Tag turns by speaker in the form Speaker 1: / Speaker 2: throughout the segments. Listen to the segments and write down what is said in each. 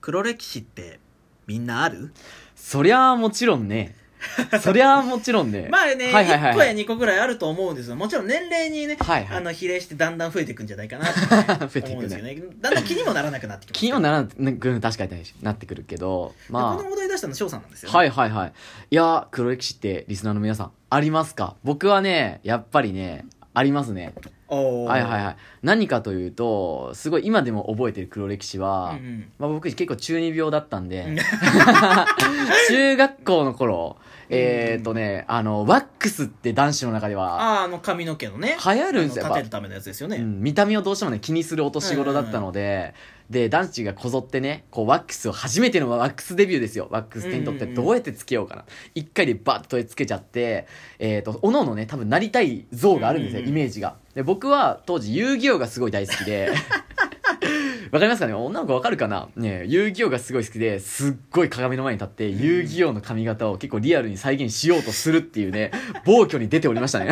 Speaker 1: 黒歴史ってみんなある
Speaker 2: そりゃあもちろんね。そりゃあもちろんね。
Speaker 1: まあね、
Speaker 2: はいはいはい
Speaker 1: 1個や2個ぐらいあると思うんですよ。もちろん年齢にね、
Speaker 2: はいはい
Speaker 1: あの比例してだんだん増えていくんじゃないかなって
Speaker 2: 増えてい
Speaker 1: 思うん
Speaker 2: く
Speaker 1: ですよ
Speaker 2: ね。
Speaker 1: ね。だんだん気にもならなくなってきます
Speaker 2: 気にはならん、ねうん、確かになってくるけど、ま
Speaker 1: こ
Speaker 2: あ。
Speaker 1: の題出したの翔さんなんですよ、ね。
Speaker 2: はいはいはい。いやー、黒歴史ってリスナーの皆さん、ありますか僕はね、やっぱりね、ありますね。
Speaker 1: おー
Speaker 2: はいはいはい。何かというと、すごい今でも覚えてる黒歴史は、
Speaker 1: うんうん
Speaker 2: まあ僕結構中二病だったん
Speaker 1: うん
Speaker 2: で、 中学校の頃、えっ、ー、とね、あの、ワックスって男子の中で
Speaker 1: あ
Speaker 2: は、
Speaker 1: ーあの髪の毛のね、
Speaker 2: 流行るんですよ、
Speaker 1: あの立て
Speaker 2: やっぱ
Speaker 1: るためのやつですよね。
Speaker 2: うん、見た目をどうしてもね気にするお年頃だったので、で男子がこぞってねこうワックスを初めてのワックスデビューですよワックス手に取って
Speaker 1: うんうんうん
Speaker 2: どうやってつけようかな、一回でバッと取りつけちゃってえっ、とおのおのね多分なりたい像があるんですよ、
Speaker 1: うんうんうん
Speaker 2: イメージがで僕は当時遊戯王がすごい大好き でわかりますかね女の子わかるかなねえ遊戯王がすごい好きですっごい鏡の前に立って遊戯王の髪型を結構リアルに再現しようとするっていうね暴挙に出ておりましたね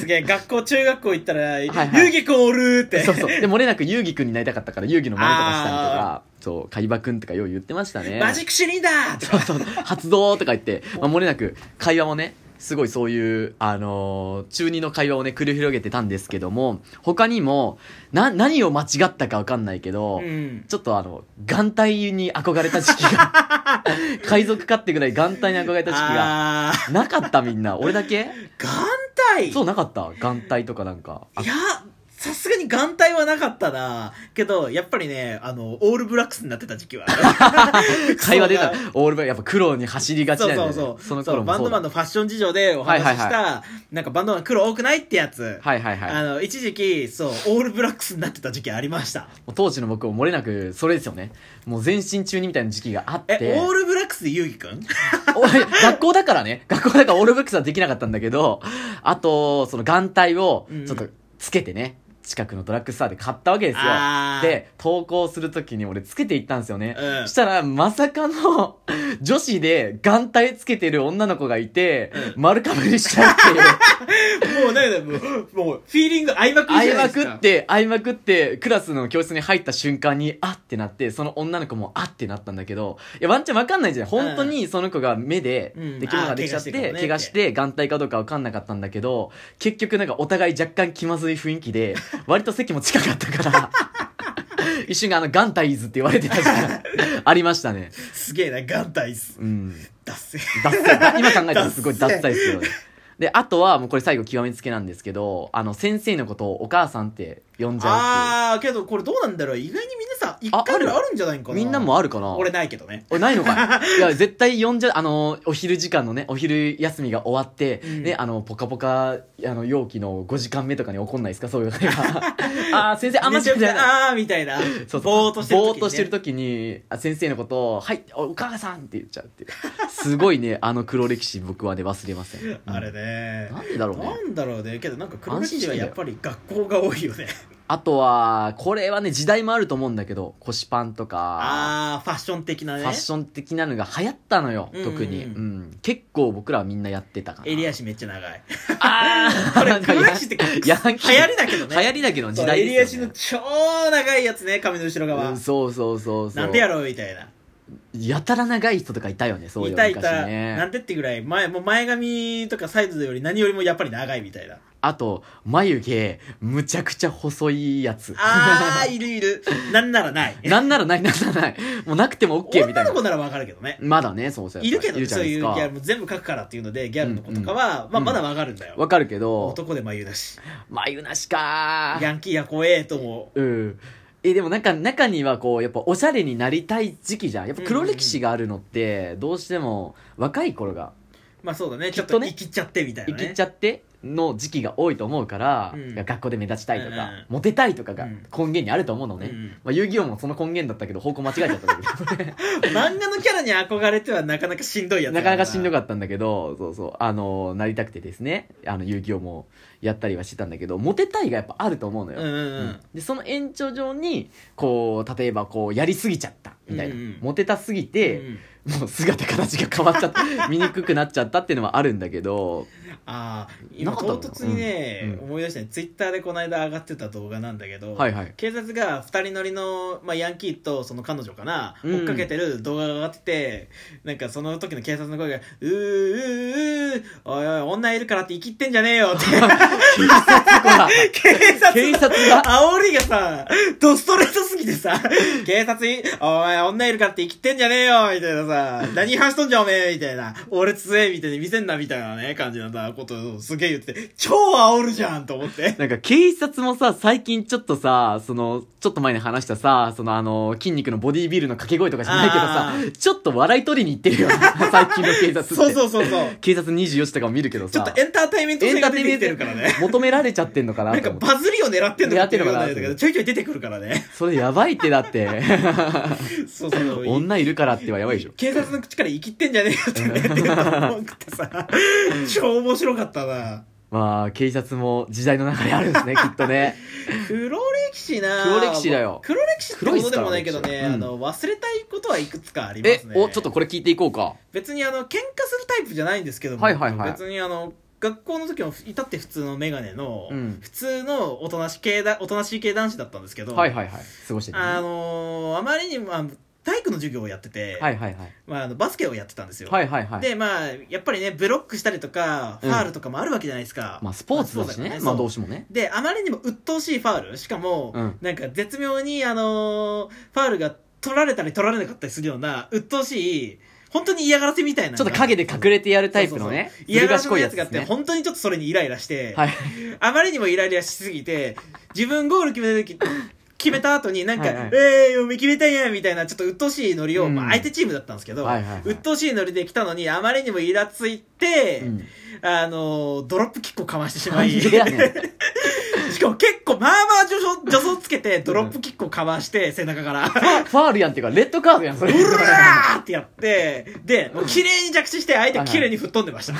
Speaker 1: すげえ、学校、中学校行ったら、
Speaker 2: はい
Speaker 1: 遊戯くんおるーって。
Speaker 2: そうそう。で、漏れなく遊戯くんになりたかったから、遊戯の真似とかしたりとか、そう、海馬くんとかよう言ってましたね。
Speaker 1: マジックシリンダーとか。
Speaker 2: そうそう発動とか言って、まあ、漏れなく会話もね、すごいそういう、あのー中二の会話をね、繰り広げてたんですけども、他にも、な、何を間違ったかわかんないけど、
Speaker 1: うん。
Speaker 2: ちょっとあの、眼帯に憧れた時期が、 海賊かってぐらい眼帯に憧れた時期が、
Speaker 1: あー、
Speaker 2: なかったみんな。俺だけ
Speaker 1: 眼帯
Speaker 2: そうなかった眼帯とかなんか。あ
Speaker 1: いや、さすがに眼帯はなかったなけど、やっぱりね、あの、オールブラックスになってた時期は。
Speaker 2: 会話出た
Speaker 1: そうだ。
Speaker 2: オールバック、やっぱ黒に走りがちなん
Speaker 1: そう
Speaker 2: だよ
Speaker 1: そう
Speaker 2: ね。
Speaker 1: そう。
Speaker 2: その頃も
Speaker 1: バン
Speaker 2: そ
Speaker 1: ド
Speaker 2: う
Speaker 1: マ
Speaker 2: だ
Speaker 1: ンのファッション事情でお話しした、
Speaker 2: はいは
Speaker 1: なんかバンドマン黒多くないってやつ。
Speaker 2: はいはいはい。
Speaker 1: あ
Speaker 2: も
Speaker 1: の、一時期、そう、オールブラックスになってた時期ありました。
Speaker 2: う当時の僕も漏れなく、それですよね。もう全身中にみたいな時期があっ
Speaker 1: え
Speaker 2: て。、
Speaker 1: オールブラックスで遊戯くん
Speaker 2: おい学校だからね。 学校だからオールブックスはできなかったんだけど、あと、その眼帯を
Speaker 1: うん、
Speaker 2: ちょっとつけてね、近くのドラッグストアで買ったわけですよ
Speaker 1: あ。ー
Speaker 2: で、投稿するときに俺つけていったんですよね。
Speaker 1: うん
Speaker 2: したら、まさかの、 女子で眼帯つけてる女の子がいて、丸かぶりしちゃうっていう。
Speaker 1: もう、だけど、もう、もう、フィーリング合いまくり
Speaker 2: 会
Speaker 1: じ
Speaker 2: い
Speaker 1: ゃない
Speaker 2: ま
Speaker 1: ですか。
Speaker 2: くって、会いまくって、クラスの教室に入った瞬間に、あってなって、その女の子もあってなったんだけど、いや、ワンチャンわかんないじゃん。本当にその子が目で、
Speaker 1: うん
Speaker 2: で、怪我ができちゃって、
Speaker 1: あー怪我してるかもね
Speaker 2: 怪我して、眼帯かどうかわかんなかったんだけど、結局なんかお互い若干気まずい雰囲 気で、割と席も近かったから、一瞬あの、眼帯イズって言われてた時 間ありましたね。
Speaker 1: すげえな、眼帯っす。
Speaker 2: うん。
Speaker 1: だっせ。
Speaker 2: ダッサい。今考えたらすごいダッサいですよね。で、あとは、もうこれ最後極めつけなんですけど、あの、先生のことをお母さんって呼んじゃうってい
Speaker 1: あー、け
Speaker 2: う。
Speaker 1: どこれどうなんだろう意外に皆さん、一回ぐらいあるんじゃないかな。
Speaker 2: みんなもあるかな
Speaker 1: 俺ないけどね。
Speaker 2: 俺ないのか いいや、絶対呼んじゃ、あの、お昼時間のね、お昼休みが終わって、
Speaker 1: うん
Speaker 2: ね、あの、ぽかぽか、あの、容器の5時間目とかに怒んないですかそういう のが。あー、先生、あんま
Speaker 1: めち
Speaker 2: し
Speaker 1: ゃくち
Speaker 2: じゃない。
Speaker 1: ゃ、あーみたいな。
Speaker 2: そうそう
Speaker 1: ぼーっとしてる時にね。
Speaker 2: ぼーっとしてる時にあ先生のことを「はいおお母さん」って言っちゃうっていうすごいねあの黒歴史僕はね忘れません、うん
Speaker 1: あれね。
Speaker 2: なんでだろうね
Speaker 1: なんだろうね。けどなんか黒
Speaker 2: 安
Speaker 1: 歴
Speaker 2: 心
Speaker 1: 史
Speaker 2: し
Speaker 1: は
Speaker 2: てんだ
Speaker 1: や
Speaker 2: よ
Speaker 1: っぱり学校が多いよね。
Speaker 2: あとはこれはね時代もあると思うんだけど腰パンとか
Speaker 1: あー、ファッション的な
Speaker 2: フ
Speaker 1: ね
Speaker 2: ァッ。ション的なのが流行ったのよ、
Speaker 1: うんうんうん
Speaker 2: 特に、うん、結構僕らはみんなやってたかな
Speaker 1: 襟足めっちゃ長い。
Speaker 2: あー
Speaker 1: これ黒歴史って
Speaker 2: なんか
Speaker 1: 流
Speaker 2: や
Speaker 1: 行りだけどね。
Speaker 2: 流行りだけど時代
Speaker 1: 襟
Speaker 2: です
Speaker 1: 足
Speaker 2: よ、
Speaker 1: の
Speaker 2: ね
Speaker 1: 超長いやつね、髪の後ろ側。
Speaker 2: うんそうそうそうそう
Speaker 1: なんでやろうみたいな。
Speaker 2: やたら長い人とかいたよねそういう
Speaker 1: い
Speaker 2: の
Speaker 1: たい
Speaker 2: 昔
Speaker 1: た、
Speaker 2: ね
Speaker 1: なんでってぐらい前もう前髪とかサイズより何よりもやっぱり長いみ たいな
Speaker 2: あと眉毛むちゃくちゃ細いやつ
Speaker 1: あーいるいるなんならない
Speaker 2: なんならないなんならないもうなくても OK み
Speaker 1: 女
Speaker 2: たいな
Speaker 1: の子ならわかるけどね
Speaker 2: まだねそうそう
Speaker 1: いるけどね
Speaker 2: じゃ
Speaker 1: そ
Speaker 2: な
Speaker 1: ういうギ
Speaker 2: です
Speaker 1: ャル
Speaker 2: か
Speaker 1: も全部書くからっていうのでギャルの子とかは、まあ、
Speaker 2: うん
Speaker 1: まだわかるんだよ、
Speaker 2: わかるけど
Speaker 1: 男で眉だし
Speaker 2: 眉なしか
Speaker 1: ヤンキーや怖えとも
Speaker 2: うん。え、でもなんか中にはこう、やっぱおしゃれになりたい時期じゃん。やっぱ黒歴史があるのって、どうしても若い頃が
Speaker 1: まあそうだねちょっ
Speaker 2: き
Speaker 1: と
Speaker 2: っとね
Speaker 1: 生きちゃってみたい
Speaker 2: 生
Speaker 1: なね
Speaker 2: きちゃっての時期が多いと思うから、
Speaker 1: うん
Speaker 2: 学校で目立ちたいとか、
Speaker 1: うんうん
Speaker 2: モテたいとかが
Speaker 1: うん
Speaker 2: 根源にあると思うのね。
Speaker 1: うん
Speaker 2: まあ遊戯王もその根源だったけど方向間違えちゃったんだけど
Speaker 1: 漫画のキャラに憧れてはなかなかしん どいやつ
Speaker 2: なかなかしんど
Speaker 1: っ
Speaker 2: かったんだけどそうそうあのなりたくてですねあの遊戯王もやったりはしてたんだけどモテたいがやっぱあると思うのよ、
Speaker 1: うんうんうん
Speaker 2: でその延長上にこう例えばこうやりすぎちゃったみたいな、
Speaker 1: うんうん
Speaker 2: モテたすぎ
Speaker 1: う
Speaker 2: て、
Speaker 1: ん
Speaker 2: もう姿形が変わっちゃって見にくくなっちゃったっていうのはあるんだけど
Speaker 1: ああ今
Speaker 2: なかっ
Speaker 1: 唐
Speaker 2: たの
Speaker 1: 突にね、
Speaker 2: うんうん
Speaker 1: 思い出したねツイッターでこの間上がってた動画なんだけど、
Speaker 2: はいはい
Speaker 1: 警察が2人乗りの、まあ、ヤンキーとその彼女かな、
Speaker 2: うん
Speaker 1: 追っかけてる動画が上がっててなんかその時の警察の声が「うーうーうーおいおい女いるからって言い切ってんじゃねえよ」って
Speaker 2: 警察 が
Speaker 1: 警察
Speaker 2: 警察が
Speaker 1: 煽りがさ、ドストレートすぎてさ、警察に、お前女いるかって生きてんじゃねえよみたいなさ、何話しとんじゃんおめえみたいな、俺強えみたいに見せんなみたいなね、感じのさ、ことをすげえ言ってて、超煽るじゃんと思 って。
Speaker 2: なんか警察もさ、最近ちょっとさ、その、ちょっと前に話したさ、そのあの、筋肉のボディービルの掛け声とかじゃないけ
Speaker 1: あ
Speaker 2: どさ、ちょっと笑い取りに行ってるよな 最近の警察って。
Speaker 1: そうそうそうそう。
Speaker 2: 警察24時とかも見るけど
Speaker 1: ちょ
Speaker 2: さ、
Speaker 1: っとエンターテインメント性が出てきてるからね。
Speaker 2: 求められちゃってんのか
Speaker 1: な
Speaker 2: なんと
Speaker 1: か
Speaker 2: 思って。
Speaker 1: バズりを狙ってんのかっていうような
Speaker 2: 狙って
Speaker 1: やつ
Speaker 2: んのかなと思
Speaker 1: が
Speaker 2: って
Speaker 1: ちょいちょい出てくるから ね。
Speaker 2: それやばいってだって。
Speaker 1: そうそう。
Speaker 2: 女いるからってはやばいでしょ。
Speaker 1: 警察の口から生きてんじゃねえよってね、出てたと思って さ、超面白かったな。
Speaker 2: まあ、警察も時代の流れあるんです ね、きっとね。
Speaker 1: 黒歴史な
Speaker 2: 黒歴史だよ
Speaker 1: 黒歴史ってことでもないけどね、
Speaker 2: 黒いっすから
Speaker 1: あの忘れたいことはいくつかありま
Speaker 2: え
Speaker 1: すね、
Speaker 2: お、ちょっとこれ聞いていこうか。
Speaker 1: 別にあの喧嘩するタイプじゃないんですけども、
Speaker 2: はいはいはい
Speaker 1: 別にあの学校の時も至って普通のメガネの、
Speaker 2: うん
Speaker 1: 普通のおとなし系だおとなしい系男子だったんですけど、
Speaker 2: はいはいはい。過ごしてるね、
Speaker 1: あのーあまりにもあの体育の授業をやってて、
Speaker 2: はいはいはい。
Speaker 1: まあ、あのバスケをやってたんですよ、
Speaker 2: はいはいはい。
Speaker 1: でまあやっぱりねブロックしたりとかフ
Speaker 2: うん
Speaker 1: ァールとかもあるわけじゃないですか、
Speaker 2: まあ、スポーツだしね。
Speaker 1: そう
Speaker 2: まあ、ど
Speaker 1: そう
Speaker 2: うしてもね。
Speaker 1: であまりにも鬱陶しいファールしかも、
Speaker 2: うん
Speaker 1: なんか絶妙にあのーファールが取られたり取られなかったりするような鬱陶しい本当に嫌がらせみたいな
Speaker 2: ちょっと影で隠れてやるタイプのね
Speaker 1: そうそうそう。嫌がらせ
Speaker 2: 賢
Speaker 1: の
Speaker 2: い
Speaker 1: やつがあって、
Speaker 2: ね
Speaker 1: 本当にちょっとそれにイライラして、
Speaker 2: はい。
Speaker 1: あまりにもイライラしすぎて自分ゴール決めた 時決めた後になんか「
Speaker 2: はいはい
Speaker 1: ええー、おめえ決めたんや」みたいなちょっと鬱陶しいノリを、
Speaker 2: うん
Speaker 1: まあ、相手チームだったんですけど、
Speaker 2: はいはいはい
Speaker 1: 鬱陶しいノリで来たのにあまりにもイラついて、
Speaker 2: うん
Speaker 1: あのードロップキックをかましてしま
Speaker 2: なん
Speaker 1: い
Speaker 2: でやねん
Speaker 1: しかも結構、まあまあ助走、助走つけて、ドロップキックをかわして、背中から、う
Speaker 2: ファールやんっていうか、レッドカードやん、それ。
Speaker 1: るらーってやって、で、もう綺麗に着地して、相手綺麗に吹っ飛んでました。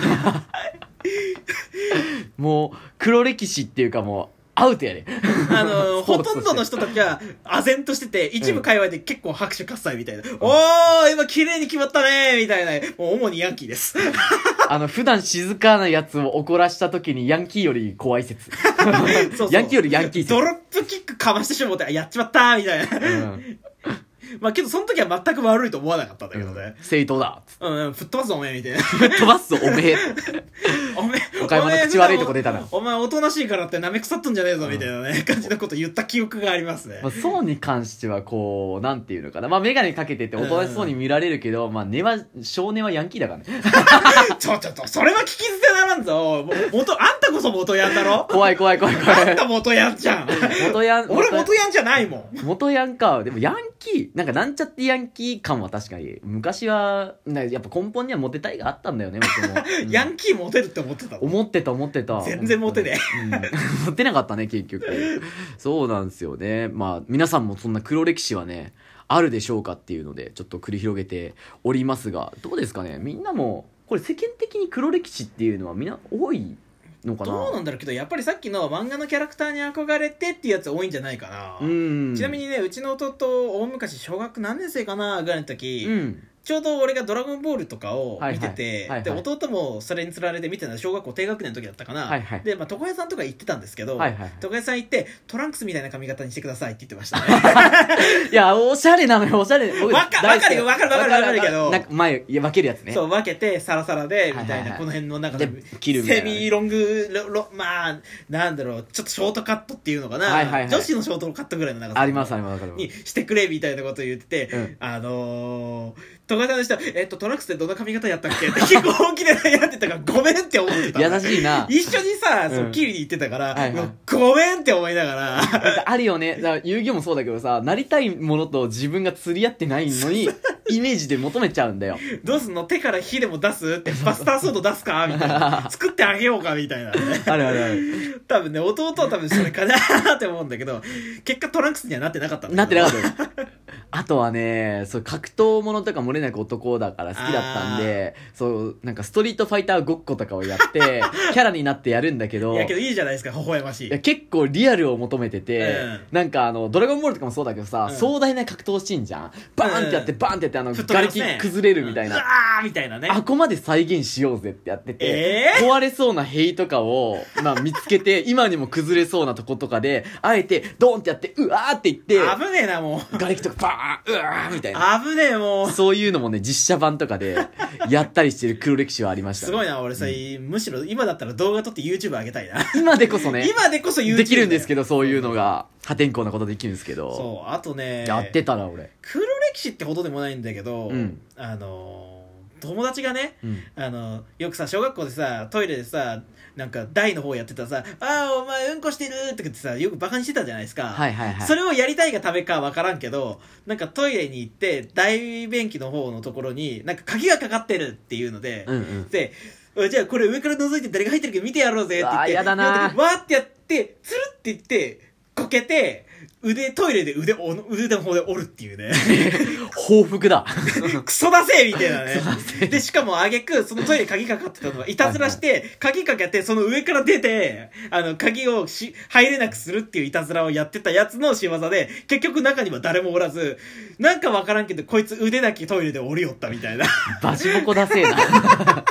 Speaker 2: もう、黒歴史っていうかもう、アウ トやね。
Speaker 1: あのー、
Speaker 2: そ
Speaker 1: ほ
Speaker 2: うそ
Speaker 1: と
Speaker 2: うそうん
Speaker 1: どの人たちは、唖然としてて、一部界隈で結構拍手喝采みたいな。おー、今綺麗に決まったねーみたいな。もう主にヤンキー です。
Speaker 2: あの、普段静かなやつを怒らした時にヤンキーより怖い
Speaker 1: そ
Speaker 2: 説。
Speaker 1: うそう
Speaker 2: ヤンキーよりヤンキー説。
Speaker 1: ドロップキックかましてしもうて、あやっちまったーみたいな。
Speaker 2: うん
Speaker 1: まあけど、その時は全く悪いと思わなかったんだけどね。
Speaker 2: 正当だ。
Speaker 1: うん、うん、吹っ飛ばすぞ、おめえ、 みたいな。
Speaker 2: ぶっ飛ばすぞ、おめえ。
Speaker 1: おめ
Speaker 2: 岡山の口悪いとこ出たな
Speaker 1: お前おとなしいからって舐め腐っとんじゃねえぞみたいなね、感じのこと言った記憶がありますね
Speaker 2: まあ、そうに関しては、こう、なんていうのかな。まあ、メガネかけてておとなしそうに見られるけど、まあ、根は、少年はヤンキーだから ね。
Speaker 1: ちょちょっとそれは聞き捨てならんぞも元あんたこそ元ヤンだ ろ
Speaker 2: 怖い怖い怖い怖
Speaker 1: あん
Speaker 2: い。
Speaker 1: た元ヤンじゃん
Speaker 2: 元 ヤン、
Speaker 1: 俺元ヤンじゃないもん
Speaker 2: 元ヤンかでもヤンキーなんかなんちゃってヤンキー感は確かに昔はなんかやっぱ根本にはモテたいがあったんだよね僕も、うん
Speaker 1: ヤンキーモテるって思ってたの
Speaker 2: 思ってた思ってた
Speaker 1: 全然モテね
Speaker 2: うん モテなかったね結局そうなんですよねまあ皆さんもそんな黒歴史はねあるでしょうかっていうのでちょっと繰り広げておりますがどうですかねみんなもこれ世間的に黒歴史っていうのはみんな多いのかな
Speaker 1: どうなんだろうけどやっぱりさっきの漫画のキャラクターに憧れてっていうやつ多いんじゃないかな、
Speaker 2: うん
Speaker 1: ちなみにねうちの弟大昔小学何年生かなぐらいの時、
Speaker 2: うん
Speaker 1: ちょうど俺が「ドラゴンボール」とかを見てて、
Speaker 2: はいはいはいはい
Speaker 1: で弟もそれにつられて見てたの小学校低学年の時だったかな、
Speaker 2: はいはい
Speaker 1: で、まあ、床屋さんとか行ってたんですけど、
Speaker 2: はいはいはい
Speaker 1: 床屋さん行ってトランクスみたいな髪型にしてくださいって言ってましたね
Speaker 2: いや、おしゃれなのよ、おしゃれ。僕
Speaker 1: わか
Speaker 2: 大
Speaker 1: わか
Speaker 2: 好き
Speaker 1: るよわかるわかるわかるけど
Speaker 2: なんか前、いや分けるやつね。
Speaker 1: そう分けてサラサラでみたいな、
Speaker 2: はいはいはい
Speaker 1: この辺の中
Speaker 2: で切るみたい
Speaker 1: セ
Speaker 2: なね
Speaker 1: ミロングロロまあなんだろうちょっとショートカットっていうのかな、
Speaker 2: はいはいはい
Speaker 1: 女子のショートカットぐらいの長さ
Speaker 2: あります、あります、あります
Speaker 1: に。してくれみたいなことを言ってて、
Speaker 2: うん
Speaker 1: あのー、床屋さんの人はえっとトランクスってどんな髪型やったっけ?」 って結構本気で悩んでたから「ごめん」って思ってた
Speaker 2: 優しいな。
Speaker 1: 一緒にさ、
Speaker 2: うん
Speaker 1: そうキリに行ってたから、
Speaker 2: はいはいう
Speaker 1: わごめんって思いながら、
Speaker 2: なんかあるよね。だから遊戯王もそうだけどさ、なりたいものと自分が釣り合ってないのに、イメージで求めちゃうんだよ。
Speaker 1: どうすんの手から火でも出す って、バスターソード出すかみたいな。作ってあげようかみたいなね。
Speaker 2: あるあるある。
Speaker 1: 多分ね、弟は多分それかなって思うんだけど、結果トランクスにはなってなかったんだ
Speaker 2: なってな
Speaker 1: けど
Speaker 2: かったよ。あとはね、そう、格闘ものとか漏れなく男だから好きだったんで、そう、なんかストリートファイターごっことかを やって、キャラになってやるんだけど、
Speaker 1: いやけどいいじゃないですか、微笑ましい。
Speaker 2: いや結構リアルを求めてて、
Speaker 1: うん
Speaker 2: なんかあの、ドラゴンボールとかもそうだけどさ、
Speaker 1: うん
Speaker 2: 壮大な格闘シーンじゃん。バーンってやって、
Speaker 1: うん
Speaker 2: バーンってやって、あの、
Speaker 1: 吹っ飛
Speaker 2: が
Speaker 1: び
Speaker 2: れ
Speaker 1: ます
Speaker 2: き
Speaker 1: ね
Speaker 2: 崩れるみたいな。
Speaker 1: うんうわーみたいなね。
Speaker 2: あこまで再現しようぜってやってて、
Speaker 1: え
Speaker 2: 壊れそうな塀とかを、まあ、見つけて、 今にも崩れそうなとことかで、あえて、ドーンってやって、うわーって言って、
Speaker 1: 危ねえな、もう。
Speaker 2: 瓦礫とかバーン、うわーみたいな。
Speaker 1: 危ねえ、もう。
Speaker 2: そういうのもね、実写版とかで、やったりしてる黒歴史はありました、
Speaker 1: すごいな、俺さ、むしろ今だったら動画撮って YouTube 上げたいな。
Speaker 2: 今でこそね、
Speaker 1: 今でこそ YouTube だよ
Speaker 2: できるんですけど、そういうのが、破天荒なことできるんですけど、
Speaker 1: そうあとね
Speaker 2: やってたな、俺。
Speaker 1: 黒歴史ってほどでもないんだけど、
Speaker 2: うん
Speaker 1: あのー友達がね
Speaker 2: うん。
Speaker 1: あのーよくさ小学校でさトイレでさなんか台の方やってたらさ「ああお前うんこしてる」って言ってさよくバカにしてたじゃないですか、
Speaker 2: はいはいはい。
Speaker 1: それをやりたいがためかわからんけどなんかトイレに行って大便器の方のところになんか鍵がかかってるっていうので、
Speaker 2: うんうん。
Speaker 1: でおいじゃあこれ上から覗いて誰が入ってるか見てやろうぜって言っ
Speaker 2: あー
Speaker 1: て
Speaker 2: やだなー
Speaker 1: 読んでわーってやってつるっていってこけて腕トイレで腕お腕の方で折るっていうね
Speaker 2: 報復だ。
Speaker 1: クソだせえみたいな
Speaker 2: クソだせ
Speaker 1: ねでしかも挙句そのトイレ鍵かかってたのはいたずらして鍵かけてその上から出てあの鍵をし入れなくするっていういたずらをやってたやつの仕業で結局中には誰もおらずなんかわからんけどこいつ腕なきトイレで折りよったみ たいな
Speaker 2: バチボコダセえな。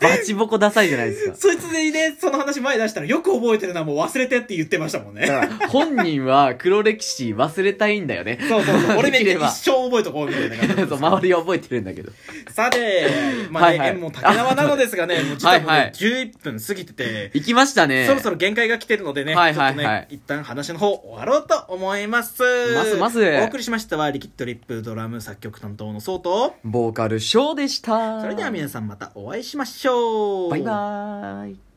Speaker 2: バチボコダサいじゃないですか。
Speaker 1: そいつでね、その話前出したらよく覚えてるな、もう忘れてって言ってましたもんね。
Speaker 2: だから 本人は黒歴史忘れたいんだよね。
Speaker 1: そうそうそう。 俺め
Speaker 2: でき
Speaker 1: っち
Speaker 2: れ
Speaker 1: ゃ
Speaker 2: ば
Speaker 1: 一。生覚えとこうみたいな感じだったんですけ
Speaker 2: そう、
Speaker 1: ど。
Speaker 2: 周りは覚えてるんだけど。
Speaker 1: さて、まあね、
Speaker 2: はいはい
Speaker 1: 縁も竹縄なのですがね、もう実はもう
Speaker 2: はいは
Speaker 1: ね
Speaker 2: い
Speaker 1: 11分過ぎてて、
Speaker 2: 行きましたね。
Speaker 1: そろそろ限界が来てるのでね、
Speaker 2: はいはいはい
Speaker 1: ちょっとね、一旦話の方終わろうと思います。
Speaker 2: ますます
Speaker 1: お送りしましたは、リキッドリップドラム作曲担当のソウと、
Speaker 2: ボーカルショーでした。
Speaker 1: それでは皆さんまたお会いしましょう。
Speaker 2: バイバーイ。